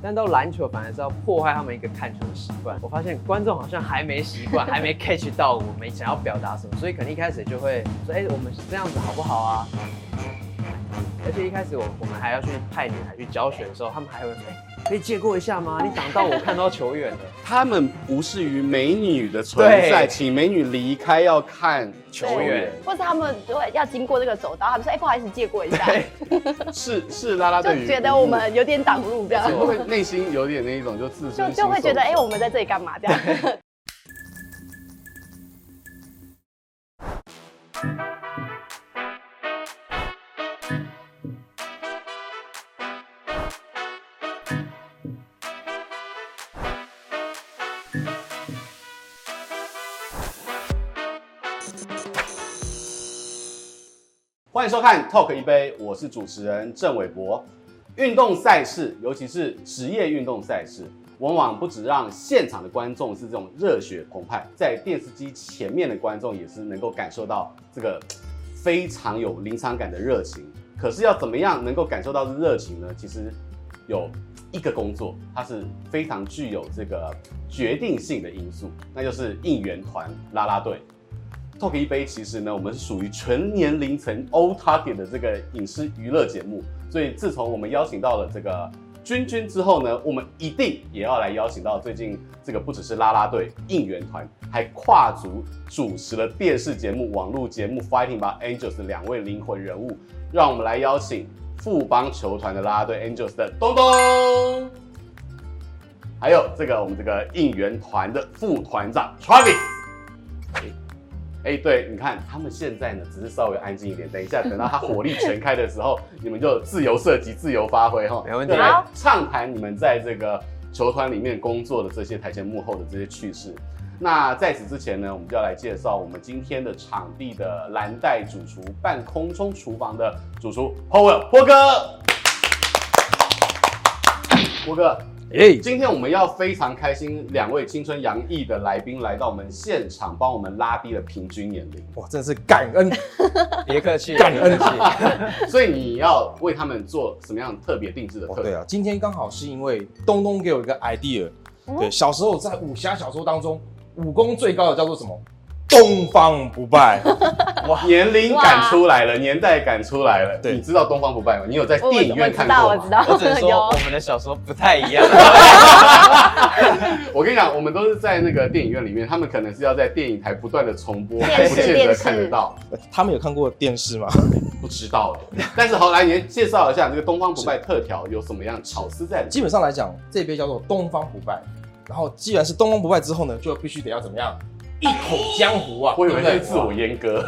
但到篮球反而是要破坏他们一个看球的习惯。我发现观众好像还没习惯，还没 catch 到我们想要表达什么，所以可能一开始就会说：“哎、我们是这样子好不好啊？”而且一开始我我们还要去派女孩去教学的时候，他们还会说：“哎、可以借过一下吗？你挡到我看到球员了。他们不是于美女的存在，对请美女离开，要看球球员员。或是他们如果要经过这个走道，他们说：“哎、不好意思，借过一下。对 是是啦啦队 就与觉得我 们有点挡路这样会，不会内心有点那一种就自就尊心就会觉得受哎、挫我们在这里干嘛这样？欢迎收看 Talk 一杯，我是主持人郑伟博。运动赛事，尤其是职业运动赛事，往往不只让现场的观众是这种热血澎湃，在电视机前面的观众也是能够感受到这个非常有临场感的热情。可是要怎么样能够感受到这热情呢？其实有一个工作，它是非常具有这个决定性的因素，那就是应援团啦啦队。Talk 一杯，其实呢，我们是属于全年龄层 O Target 的这个影视娱乐节目，所以自从我们邀请到了这个君君之后呢，我们一定也要来邀请到最近这个不只是啦啦队应援团，还跨足主持了电视节目、网络节目《Fighting 吧 Angels》的两位灵魂人物，让我们来邀请富邦球团的啦啦队 Angels 的东东，还有这个我们这个应援团的副团长 Travis。哎，对，你看他们现在呢，只是稍微安静一点，等一下等到他火力全开的时候，你们就自由射击、自由发挥哈，没问题就来好畅谈你们在这个球团里面工作的这些台前幕后的这些趣事。那在此之前呢，我们就要来介绍我们今天的场地的蓝带主厨、半空中厨房的主厨 Powell 波哥。波哥，哎今天我们要非常开心，两位青春洋溢的来宾来到我们现场，帮我们拉低了平均年 龄，哇，真是感 恩！别客气，感恩别客气。所以你要为他们做什么样特别定制的哦，特对点？啊，今天刚好是因为东东给我一个 idea，哦对，小时候在武侠小说当中，武功最高的叫做什么？东方不败。 啊年龄感出来了，年代感出来了。对你知道东方不败吗？你有在 我电影我院知看道，过我知吗？道，我只能说我 有。们的小说不太一样。我跟你讲，我们都是在那个电影院里面，他们可能是要在电影台不断的重播，电视不见得电视看得到，他们有看过电视吗？不知道的。但是好，来你介绍一下这个东方不败特调有什么样巧 思在里面？基本上来讲，这杯叫做东方不败。然后既然是东方不败之后呢，就必须得要怎么样？一统江湖啊！我以为对是不对自我阉割。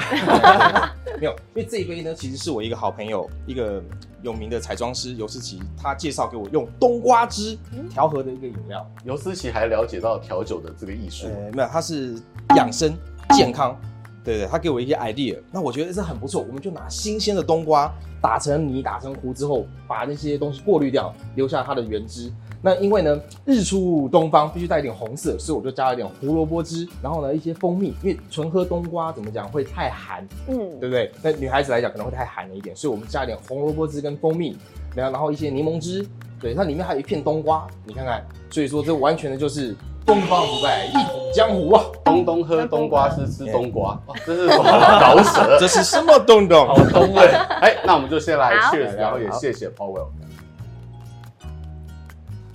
没有，因为这一杯呢，其实是我一个好朋友，一个有名的彩妆师尤世奇，他介绍给我用冬瓜汁调和的一个饮料。尤思琪还了解到调酒的这个艺术，呃，没有，他是养生健康，对对，他给我一些 idea，那我觉得这很不错，我们就拿新鲜的冬瓜打成泥、打成糊之后，把那些东西过滤掉，留下它的原汁。那因为呢，日出东方必须带一点红色，所以我就加了一点胡萝卜汁，然后呢一些蜂蜜，因为纯喝冬瓜怎么讲会太寒，嗯，对不对？那女孩子来讲可能会太寒了一点，所以我们加一点红萝卜汁跟蜂蜜，然后然后一些柠檬汁，对，它里面还有一片冬瓜，你看看，所以说这完全的就是东方不败，一统江湖啊！东东喝冬瓜汁，吃冬瓜，哇，这是什么饶舌？这是什么东好 东？东对啊！，哎，那我们就先来好 cheers，然后也好谢谢 Powell。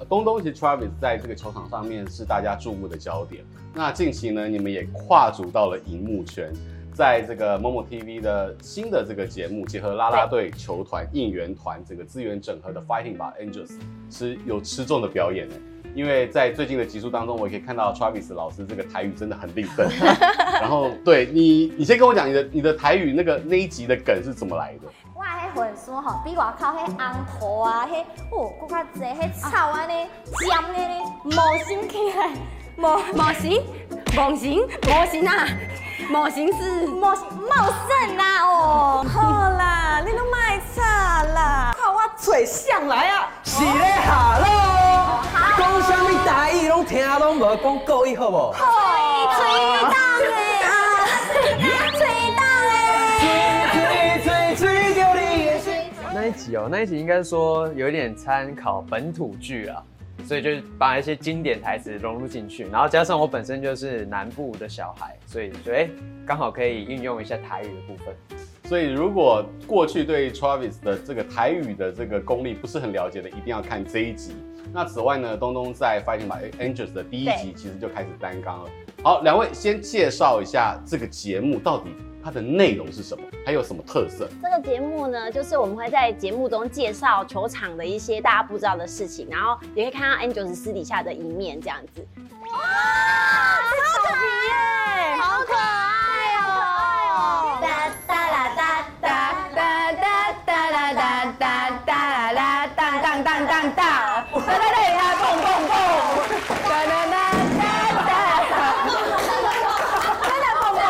东呃东其实 Travis 在这个球场上面是大家注目的焦点。那近期呢，你们也跨足到了荧幕圈，在这个 Momo TV 的新的这个节目，结合啦啦队、球团、应援团整个资源整合的 Fighting 吧 Angels，是有吃重的表演呢。因为在最近的集数当中，我也可以看到 Travis 老师这个台语真的很厉害。然后，对你，你先跟我讲你的你的台语那个那一集的梗是怎么来的？我迄份数吼，比外口迄红土啊，迄哦，搁较侪，迄草安尼尖安尼，毛心起来，毛模型，模型，模型啊，模型是毛茂盛啦哦。好啦，你都卖差啦，看我嘴向来啊，是咧下咯。讲什么台语拢听拢无，讲国语好无？哦吹到的啊，吹到吹吹的。吹到你的心。那一集哦，那一集应该说有点参考本土剧啊，所以就是把一些经典台词融入进去，然后加上我本身就是南部的小孩，所以觉得哎刚好可以运用一下台语的部分。所以如果过去对 Travis 的这个台语的这个功力不是很了解的，一定要看这一集。那此外呢，东东在 Fighting by Angels 的第一集其实就开始担纲了。好，两位先介绍一下这个节目到底它的内容是什么，还有什么特色？这个节目呢，就是我们会在节目中介绍球场的一些大家不知道的事情，然后也可以看到 Angel 私底下的一面这样子。好可爱哦！哒哒啦哒哒哒哒哒啦哒哒哒啦啦当当当当当，哒哒哒呀蹦蹦蹦，哒哒哒哒哒。真的蹦蹦啊！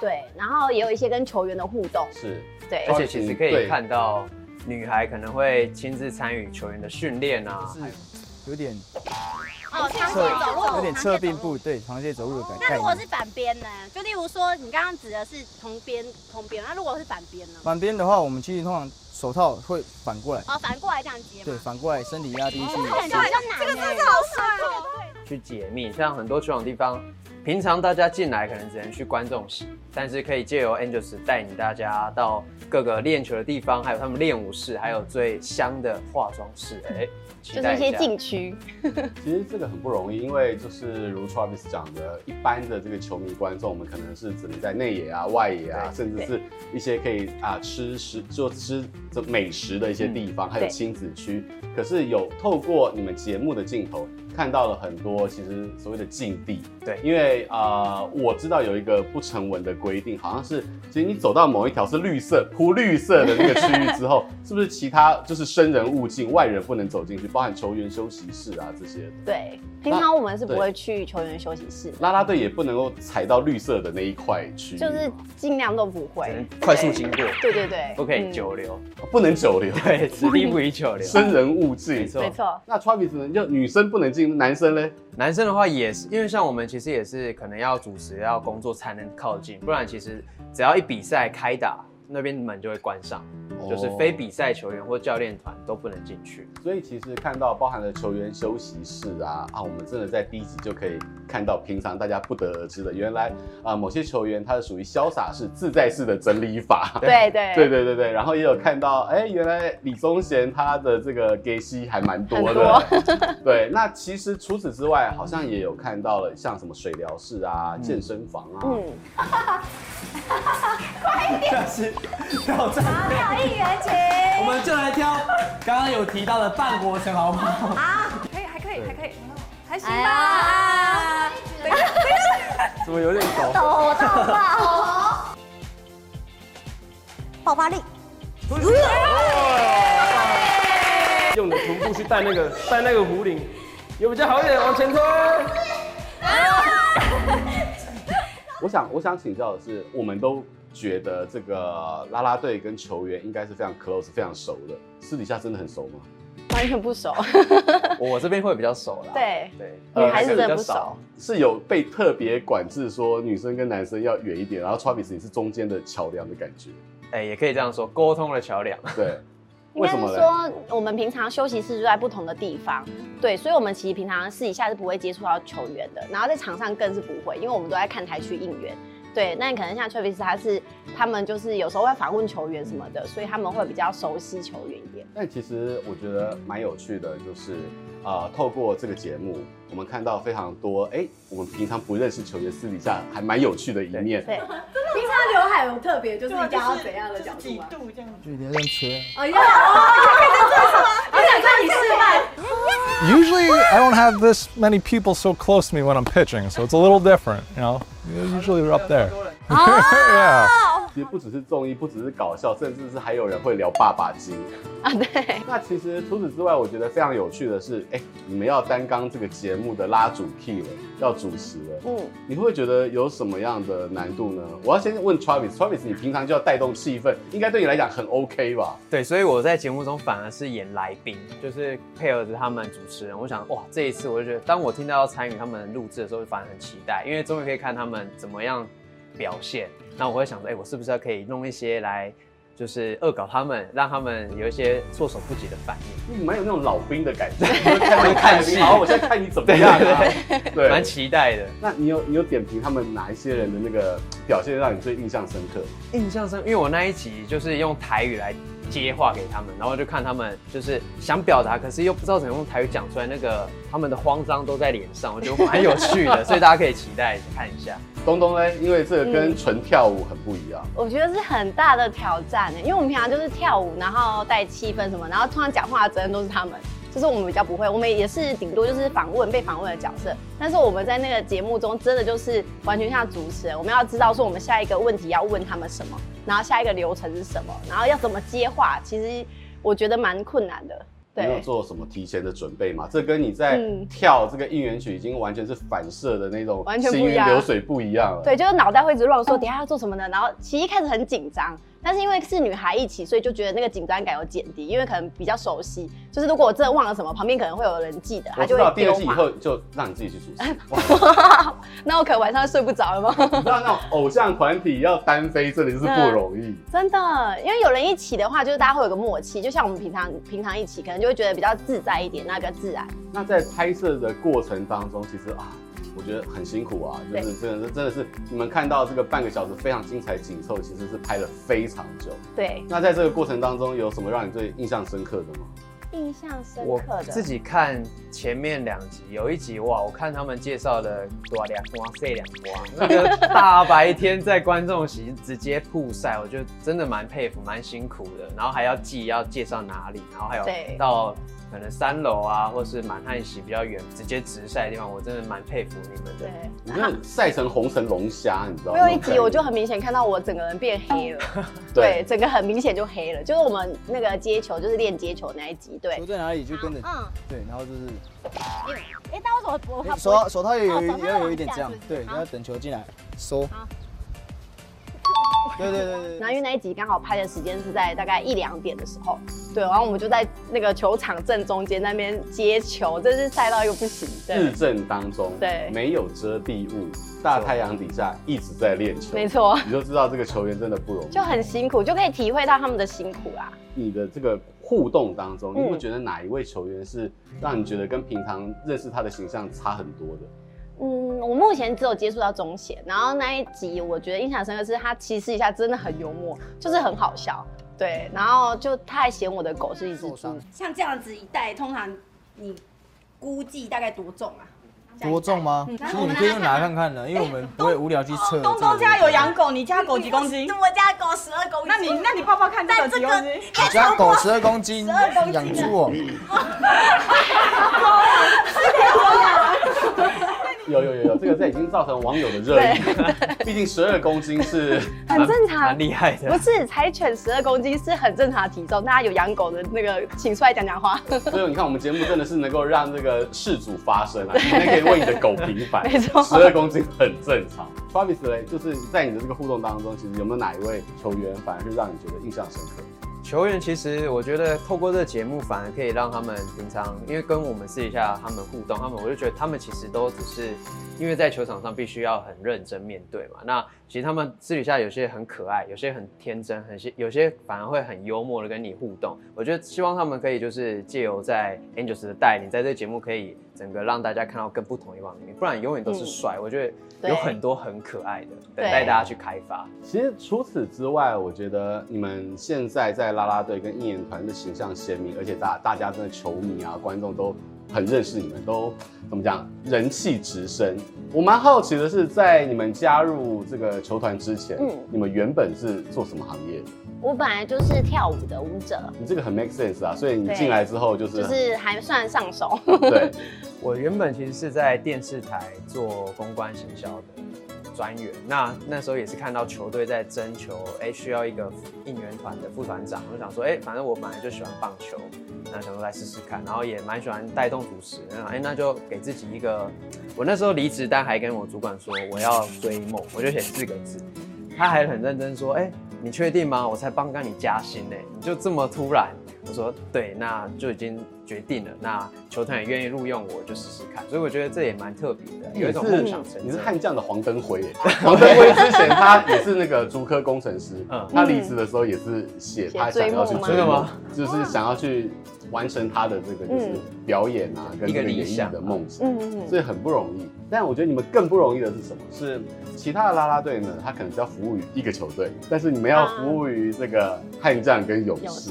对，然后也有一些跟球员的互动。是，对而且其实可以对看到女孩可能会亲自参与球员的训练啊，是有点哦，螃蟹走路，有点侧并步，对，螃蟹走路的感那概如果是念。反边呢？就例如说，你刚刚指的是同边同边，那如果是反边呢？反边的话，我们其实通常手套会反过来，哦，反过来这样接对，嘛。反过来身体压哦低去。这个真的好帅哦！去解密。像很多球场地方，平常大家进来可能只能去观众席，但是可以借由 Angels 带领大家到各个练球的地方，还有他们练舞室，还有最香的化妆室。哎、期就是待一些下禁区，其实这个很不容易，因为就是如 Travis 讲的，一般的这个球迷观众，我们可能是只能在内野啊、外野啊，甚至是一些可以啊吃食就吃这美食的一些地方，还有对亲子区。可是有透过你们节目的镜头，看到了很多其实所谓的禁地。对因为啊、呃我知道有一个不成文的规定，好像是其实你走到某一条是绿色铺绿色的那个区域之后，是不是其他就是生人勿近，外人不能走进去，包含球员休息室啊这些的。对，平常我们是不会去球员休息室，啦啦队也不能够踩到绿色的那一块区域嘛，就是尽量都不只能会。快速经过，对对对，不可以嗯久留。不能久留， 对，此地不宜久留。生人勿没近。错没。错，那 Travis 呢？就女生不能进，男生呢？男生的话也是，因为像我们其实也是可能要主持、要工作才能靠近，不然其实只要一比赛开打，那边门就会关上，就是哦非比赛球员或教练团都不能进去。所以其实看到包含了球员休息室啊啊，我们真的在第一集就可以看到平常大家不得而知的，原来啊、某些球员他是属于潇洒式、自在式的整理法。对对对对对对，然后也有看到，哎，原来李宗贤他的这个 gay 戏还蛮多的。 对，那其实除此之外，好像也有看到了像什么水疗室啊、健身房啊，嗯，挑战跳一元情，我们就来挑刚刚有提到的半国城，好不好？可以，还可以，还可以，还行哎吧。呀，哎怎么有点抖？抖到爆，爆发力。用你的臀部去带那个带那个壶铃，有比较好一点，往前推。我想，我想请教的是，我们都觉得这个啦啦队跟球员应该是非常 close、非常熟的，私底下真的很熟吗？完全不熟，我这边会比较熟啦。对对，女孩子这真个比较的不少熟。。是有被特别管制说女生跟男生要远一点，然后 Travis 你是中间的桥梁的感觉，哎、也可以这样说，沟通的桥梁。 对，应为该什是么嘞？说我们平常休息室就在不同的地方，对，所以我们其实平常私底下是不会接触到球员的，然后在场上更是不会，因为我们都在看台区应援。对，那你可能像 Travis 他是他们就是有时候会访问球员什么的，所以他们会比较熟悉球员一点。但其实我觉得蛮有趣的，就是啊、呃透过这个节目，我们看到非常多哎、我们平常不认识球员私底下还蛮有趣的一面。对，平常刘海有特别，啊就是一定要怎样的角度吗？就有点像吹。哦，要哦，可以在这里是吗？我想看你示范。 Usually, I don't have this many people so close to me when I'm pitching, so it's a little different, you know? Usually, we're up there. yeah. 其实不只是综艺，不只是搞笑，甚至是还有人会聊爸爸经啊。对。那其实除此之外，我觉得非常有趣的是，哎，你们要担纲这个节目的拉主 key 了，要主持了。嗯。嗯，你会觉得有什么样的难度呢？我要先问 Travis，Travis，你平常就要带动气氛，应该对你来讲很 OK 吧？对，所以我在节目中反而是演来宾，就是配合着他们主持人。我想，哇，这一次我就觉得，当我听到要参与他们录制的时候，反而很期待，因为终于可以看他们怎么样表现。那我会想说，哎、我是不是要可以弄一些来，就是恶搞他们，让他们有一些措手不及的反应？你蛮有那种老兵的感 觉，你会看他们看戏，好，我现在看你怎么对样啊？对对对，蛮期待的。那你有你有点评他们哪一些人的那个表现让你最印象深刻？印象深，因为我那一集就是用台语来接话给他们，然后就看他们就是想表达，可是又不知道怎么用台语讲出来，那个他们的慌张都在脸上，我觉得蛮有趣的，所以大家可以期待看一下。东东呢？因为这个跟嗯纯跳舞很不一样。我觉得是很大的挑战呢，欸因为我们平常就是跳舞，然后带气氛什么，然后通常讲话的责任都是他们，就是我们比较不会，我们也是顶多就是访问被访问的角色，但是我们在那个节目中真的就是完全像主持人，我们要知道说我们下一个问题要问他们什么，然后下一个流程是什么，然后要怎么接话，其实我觉得蛮困难的。你有对，做什么提前的准备吗？这跟你在嗯跳这个应援曲已经完全是反射的那种完全不行一云样流水不一样了。对，就是脑袋会一直乱说，等一下要做什么呢？然后其实一开始很紧张，但是因为是女孩一起，所以就觉得那个紧张感有减低，因为可能比较熟悉。就是如果我真的忘了什么，旁边可能会有人记得，我他知就道会第二丢季以嘛。后就让你自己去主持。那我可能晚上睡不着了吗？ 你知道那种偶像团体要单飞真的是不容易。真的，因为有人一起的话，就是大家会有个默契，就像我们平常平常一起，可能就会觉得比较自在一点，那比较自然。那在拍摄的过程当中，其实啊，我觉得很辛苦啊，就对是真的是真的是你们看到这个半个小时非常精彩紧凑，其实是拍了非常久。对，那在这个过程当中，有什么让你最印象深刻的吗？啊印象深我刻的自己看前面两集，有一集哇，我看他们介绍的哇两瓜塞两瓜，那个大白天在观众席直接曝晒，我就真的蛮佩服，蛮辛苦的。然后还要记要介绍哪里，然后还对有到可能三楼啊，或是满汉席比较远，直接直晒的地方，我真的蛮佩服你们的。你看晒成红成龙虾，你知道我吗？有一集我就很明显看到我整个人变 黑了，对，整个很明显就黑了，就是我们那个接球，就是练接球那一集，对，球在哪里就跟着，嗯，对，然后就是哎，那为什么我诶手手套也有哦一手套也有一往点下这样是不，是对，然后等球进来收。对对对对然后因为那一集刚好拍的时间是在大概一两点的时候，对，然后我们就在那个球场正中间那边接球，真是晒到一个不行，日对，正当中，对没有遮蔽物，大太阳底下一直在练球， 没错你就知道这个球员真的不容易。就很辛苦，就可以体会到他们的辛苦啦。你的这个互动当中，你嗯会觉得哪一位球员是让你觉得跟平常认识他的形象差很多的？嗯，我目前只有接触到中贤，然后那一集我觉得印象深刻是他其实一下真的很幽默，就是很好笑，对，然后就他还嫌我的狗是一只猪，像这样子一袋，通常你估计大概多重啊？对，多重吗？嗯其实你可以用拿看看的，因为我哎们不会无聊去哦测。东东家有养，狗，你家狗几公斤？我家狗十二公斤。那你那你抱抱看，这狗几公斤？你 家狗十二公斤12公，斤养猪哦。有有有有，这个这已经造成网友的热议。 毕竟十二公斤是很正常，蛮厉害的不是柴犬十二公斤是很正常的体重，大家有养狗的那个，请出来讲讲话。所以你看，我们节目真的是能够让这个事主发声啊，你们可以为你的狗平反，没错十二公斤很正常。Travis 嘞，就是在你的这个互动当中，其实有没有哪一位球员反而是让你觉得印象深刻？球员其实我觉得透过这个节目，反而可以让他们平常，因为跟我们私底下他们互动，他们我就觉得他们其实都只是因为在球场上必须要很认真面对嘛。那其实他们私底下有些很可爱，有些很天真，很些有些反而会很幽默的跟你互动。我觉得希望他们可以就是借由在 Angels 的带领，在这个节目可以整个让大家看到更不同一方面，不然永远都是帅。我觉得有对很多很可爱的，对等待大家去开发。其实除此之外，我觉得你们现在在啦啦队跟应援团的形象鲜明，而且大大家真的球迷啊、观众都很认识你们，都怎么讲人气直升。我蛮好奇的是，在你们加入这个球团之前，嗯你们原本是做什么行业的？我本来就是跳舞的舞者，你这个很 make sense 啊，所以你对进来之后啊就是就是还算上手。 对，我原本其实是在电视台做公关行销的，专员。那那时候也是看到球队在征求，哎、需要一个应援团的副团长，我就想说，哎、反正我本来就喜欢棒球，那想说来试试看，然后也蛮喜欢带动主持，然后哎、那就给自己一个。我那时候离职单还跟我主管说我要追梦，我就写四个字，他还很认真说，哎、你确定吗？我才刚刚你加薪呢、你就这么突然？我说对，那就已经决定了。那球团也愿意录用我，就试试看。所以我觉得这也蛮特别的，有一种梦想成真。你是悍将的黄登辉耶，黄登辉之前他也是那个竹科工程师，嗯他离职的时候也是写他想要去写追梦吗追真的梦吗，就是想要去完成他的这个就是嗯表演啊，跟一个这个理演艺想的梦想。啊嗯嗯嗯所以很不容易。但我觉得你们更不容易的是什么？是其他的啦啦队呢，他可能只要服务于一个球队，但是你们要服务于这个悍将跟勇士。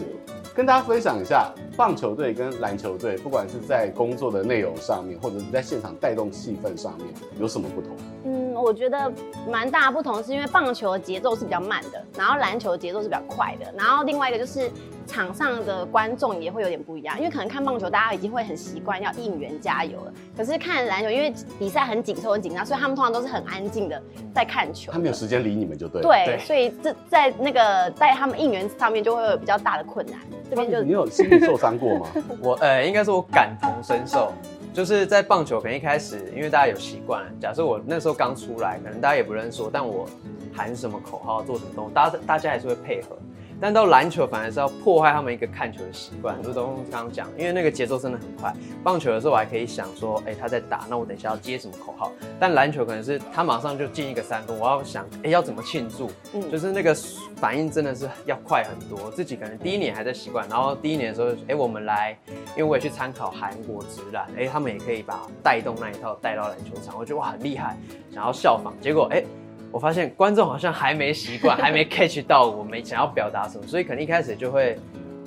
跟大家分享一下，棒球队跟篮球队，不管是在工作的内容上面，或者是在现场带动气氛上面，有什么不同？嗯，我觉得蛮大的不同，是因为棒球的节奏是比较慢的，然后篮球的节奏是比较快的，然后另外一个就是场上的观众也会有点不一样，因为可能看棒球大家已经会很习惯要应援加油了，可是看篮球因为比赛很紧凑很紧张，所以他们通常都是很安静的在看球他。没有时间理你们就对了。对，所以这在那个在他们应援上面就会有比较大的困难，这边就你有心理受伤过吗？我呃，应该说我感同身受，就是在棒球可能一开始，因为大家有习惯，假设我那时候刚出来，可能大家也不认识我，但我喊什么口号，做什么动作，大家大家还是会配合。但到篮球反而是要破坏他们一个看球的习惯，就东东刚刚讲，因为那个节奏真的很快。棒球的时候我还可以想说，哎、他在打，那我等一下要接什么口号。但篮球可能是他马上就进一个三分，我要想，哎、要怎么庆祝？嗯就是那个反应真的是要快很多。自己可能第一年还在习惯，然后第一年的时候，哎、我们来，因为我也去参考韩国职篮，哎、他们也可以把带动那一套带到篮球场，我觉得哇很厉害，想要效仿。结果哎、我发现观众好像还没习 惯，还没 catch 到我们想要表达什么，所以可能一开始就会，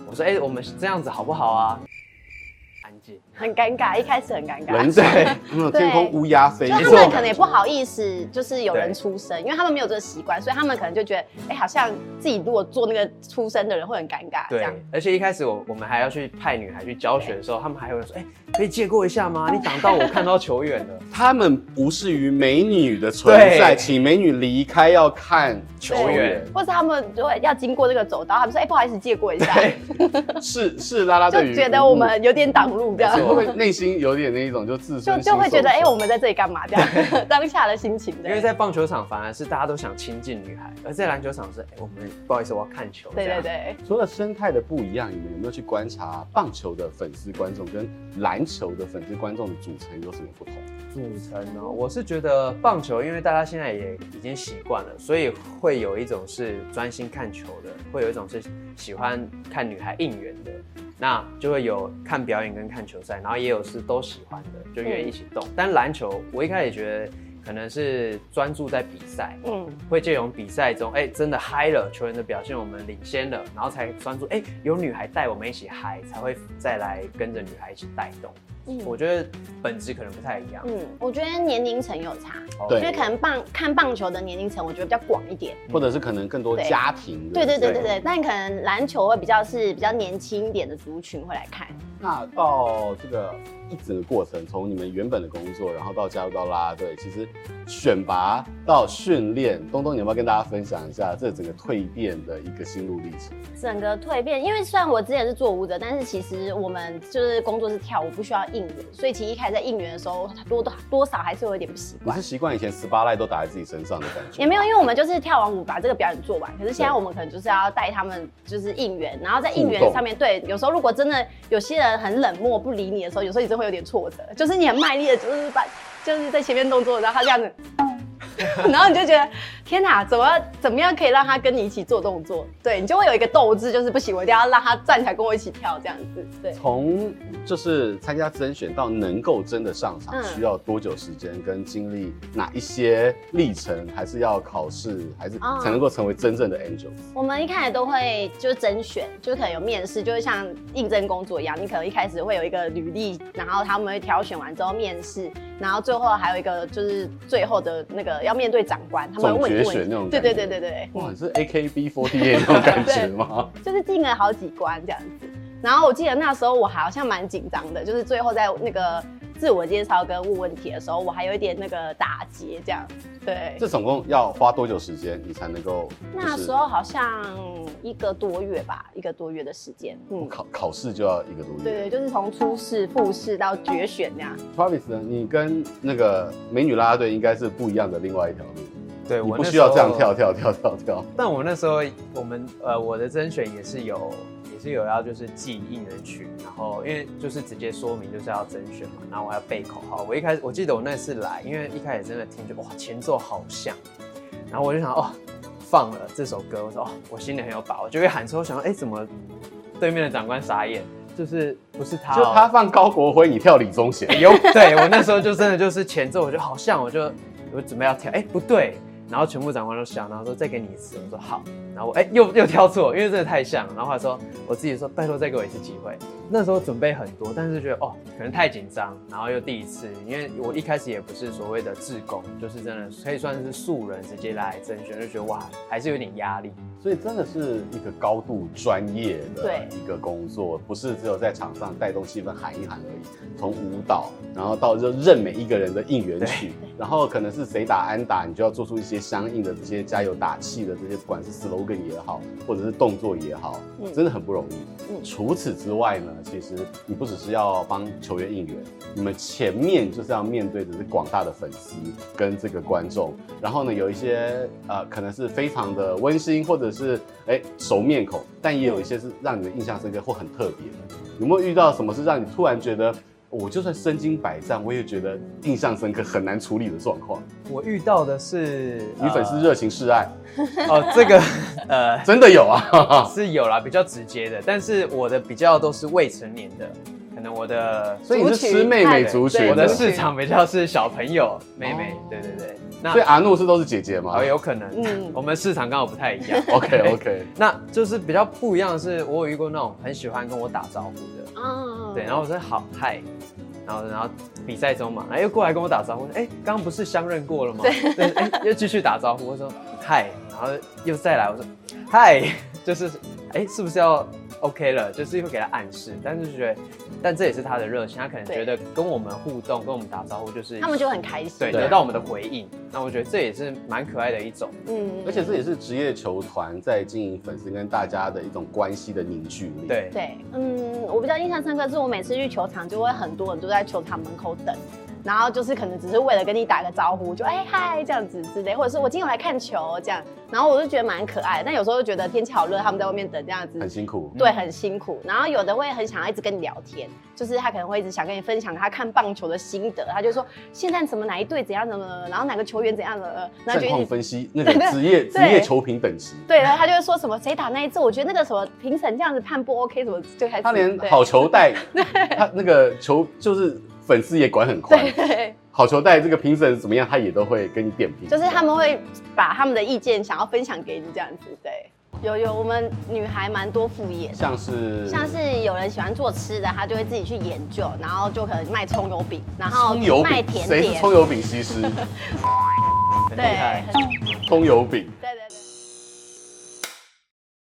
我说哎、我们这样子好不好啊？安静。很尴尬，一开始很尴尬。人在嗯天空乌鸦飞，就他们可能也不好意思，就是有人对出声，因为他们没有这个习惯，所以他们可能就觉得，哎、好像自己如果做那个出声的人会很尴尬，这对样。，而且一开始我我们还要去派女孩去教学的时候，他们还有人说，哎、可以借过一下吗？你挡到我看到球员 了。他们无视于美女的存在，对请美女离开，要看球对员。或者他们如果要经过这个走道，他们说，哎、不好意思，借过一下，是是啦啦队就与觉得我们有点挡路这样是，会不会内心有点那一种就自 就尊就会觉得，哎、我我们在这里干嘛？这样 当下的心情这 因样为在棒球场反而是大家都想亲近女孩，而在篮球场是，哎、我们不好意思，我要看球。对这样对对。除了生态的不一样，你们有没有去观察棒球的粉丝观众跟篮球的粉丝观众的组成有什么不同？组成呢，我是觉得棒球，因为大家现在也已经习惯了，所以会有一种是专心看球的，会有一种是喜欢看女孩应援的，那就会有看表演跟看球赛，然后也有是都喜欢的，就愿意一起嗯动。但篮球，我一开始觉得可能是专注在比赛，嗯，会借由比赛中，哎、真的嗨了，球员的表现我们领先了，然后才专注，哎、有女孩带我们一起嗨，才会再来跟着女孩一起带动。嗯我觉得本质可能不太一样。嗯，我觉得年龄层有差，对因为可能棒看棒球的年龄层，我觉得比较广一点。嗯或者是可能更多对家庭的对对对对对，但可能篮球会比较是比较年轻一点的族群会来看。那到这个一整个过程，从你们原本的工作，然后到加入到啦啦队，其实选拔到训练，东东，你要不要跟大家分享一下这整个蜕变的一个心路历程？整个蜕变，因为虽然我之前是做舞者，但是其实我们就是工作是跳舞，不需要应援，所以其实一开始在应援的时候，多多多少还是有一点不习惯。你是习惯以前十八赖都打在自己身上的感觉？也没有，因为我们就是跳完舞把这个表演做完，可是现在我们可能就是要带他们就是应援，然后在应援互动上面，对，有时候如果真的有些人很冷漠不理你的时候，有时候你真的会有点挫折，就是你很卖力的，就是把就是在前面动作，然后他这 样子。然后你就觉得天哪，怎么怎么样可以让他跟你一起做动作？对你就会有一个斗志，就是不行，我一定要让他站起来跟我一起跳这样子。对，从就是参加甄选到能够真的上场，嗯需要多久时间？跟经历哪一些历程？还是要考试，还是哦才能够成为真正的 angel？我们一开始都会就是甄选，就是可能有面试，就是像应征工作一样，你可能一开始会有一个履历，然后他们会挑选完之后面试，然后最后还有一个就是最后的那个要面对长官，他们会问你总决选问题那种对感觉对对对对，哇，你是 AKB48 那种感觉 对吗？就是进了好几关这样子。然后我记得那时候我好像蛮紧张的，就是最后在那个自我介绍跟问问题的时候，我还有一点那个打结这样。对，这总共要花多久时间你才能够？那时候好像一个多月吧，一个多月的时间。嗯，考考试就要一个多月。对对，就是从初试、复试到决选那样。 Travis 呢？你跟那个美女啦啦队应该是不一样的另外一条路。对，你我不那需要时这样候跳跳跳跳跳。但我那时候，我们呃，我的甄选也是有，也是有要就是记应援曲，然后因为就是直接说明就是要甄选嘛，然后我还要背口号。我一开始我记得我那次来，因为一开始真的听就哇前奏好像，然后我就想哦放了这首歌，我说哦我心里很有把握，就会喊出我想说哎怎么对面的长官傻眼，就是不是他、哦，就他放高国辉，你跳李宗 贤。有，对我那时候就真的就是前奏，我就好像我就我准备要跳，哎、不对，然后全部长官都笑，然后说再给你一次，我说好，然后我哎、又又跳错，因为真的太像，然后他说我自己说拜托再给我一次机会。那时候准备很多，但是觉得哦可能太紧张，然后又第一次，因为我一开始也不是所谓的志工，就是真的可以算是素人直接来甄选，就觉得哇还是有点压力。所以真的是一个高度专业的对一个工作，不是只有在场上带动气氛喊一喊而已。从舞蹈，然后到就认每一个人的应援曲，然后可能是谁打安打，你就要做出一些相应的这些加油打气的这些，不管是 slogan 也好，或者是动作也好，嗯真的很不容易。嗯除此之外呢，其实你不只是要帮球员应援，你们前面就是要面对的是广大的粉丝跟这个观众，然后呢，有一些呃可能是非常的温馨，或者是哎熟面孔，但也有一些是让你的印象深刻或很特别的。有没有遇到什么是让你突然觉得我就算身经百战，我也觉得印象深刻，很难处理的状况？我遇到的是女粉丝热情示爱，哦，这个呃，真的有啊， 是有啦，比较直接的。但是我的比较都是未成年的，可能我的，所以你是吃妹妹族群对的我的市场比较是小朋友、妹妹，对对对。所以啊阿诺是都是姐姐吗？哦，有可能，嗯我们市场刚好不太一 样。 OK OK，那就是比较不一样的是，我有遇过那种很喜欢跟我打招呼的，嗯，对，然后我说好嗨，然后然后比赛中嘛，然后又过来跟我打招呼，哎，刚刚不是相认过了吗？对，哎，又继续打招呼，我说嗨，然后又再来，我说嗨， 就是哎，是不是要 OK 了？就是会给他暗示，但是觉得，但这也是他的热情，他可能觉得跟我们互动，跟我们打招呼，就是他们就很开心对，对得到我们的回应。那我觉得这也是蛮可爱的一种，嗯而且这也是职业球团在经营粉丝跟大家的一种关系的凝聚力。对对，嗯，我比较印象深刻是我每次去球场，就会很多人都在球场门口等，然后就是可能只是为了跟你打个招呼，就哎嗨这样子之类，或者是我今天有来看球这样，然后我就觉得蛮可爱的。但有时候就觉得天气好热，他们在外面等这样子，很辛苦。对，很辛苦。然后有的会很想要一直跟你聊天，就是他可能会一直想跟你分享他看棒球的心得，他就说现在怎么哪一队怎样怎么怎么，然后哪个球员怎样怎么，然战后就况一直分析那个对对职业职对业球评等级，对，然后他就会说什么谁打那一次，我觉得那个什么评审这样子判不 OK，什么就开始他连对好球带，他那个球就是粉丝也管很宽，对，好球带这个评审怎么样，他也都会跟你点评。就是他们会把他们的意见想要分享给你这样子，对。有有，我们女孩蛮多副业的，像是像是有人喜欢做吃的，她就会自己去研究，然后就可能卖葱油饼，然后葱油哦卖饼，甜谁是 点，葱油饼西施？对，葱油饼，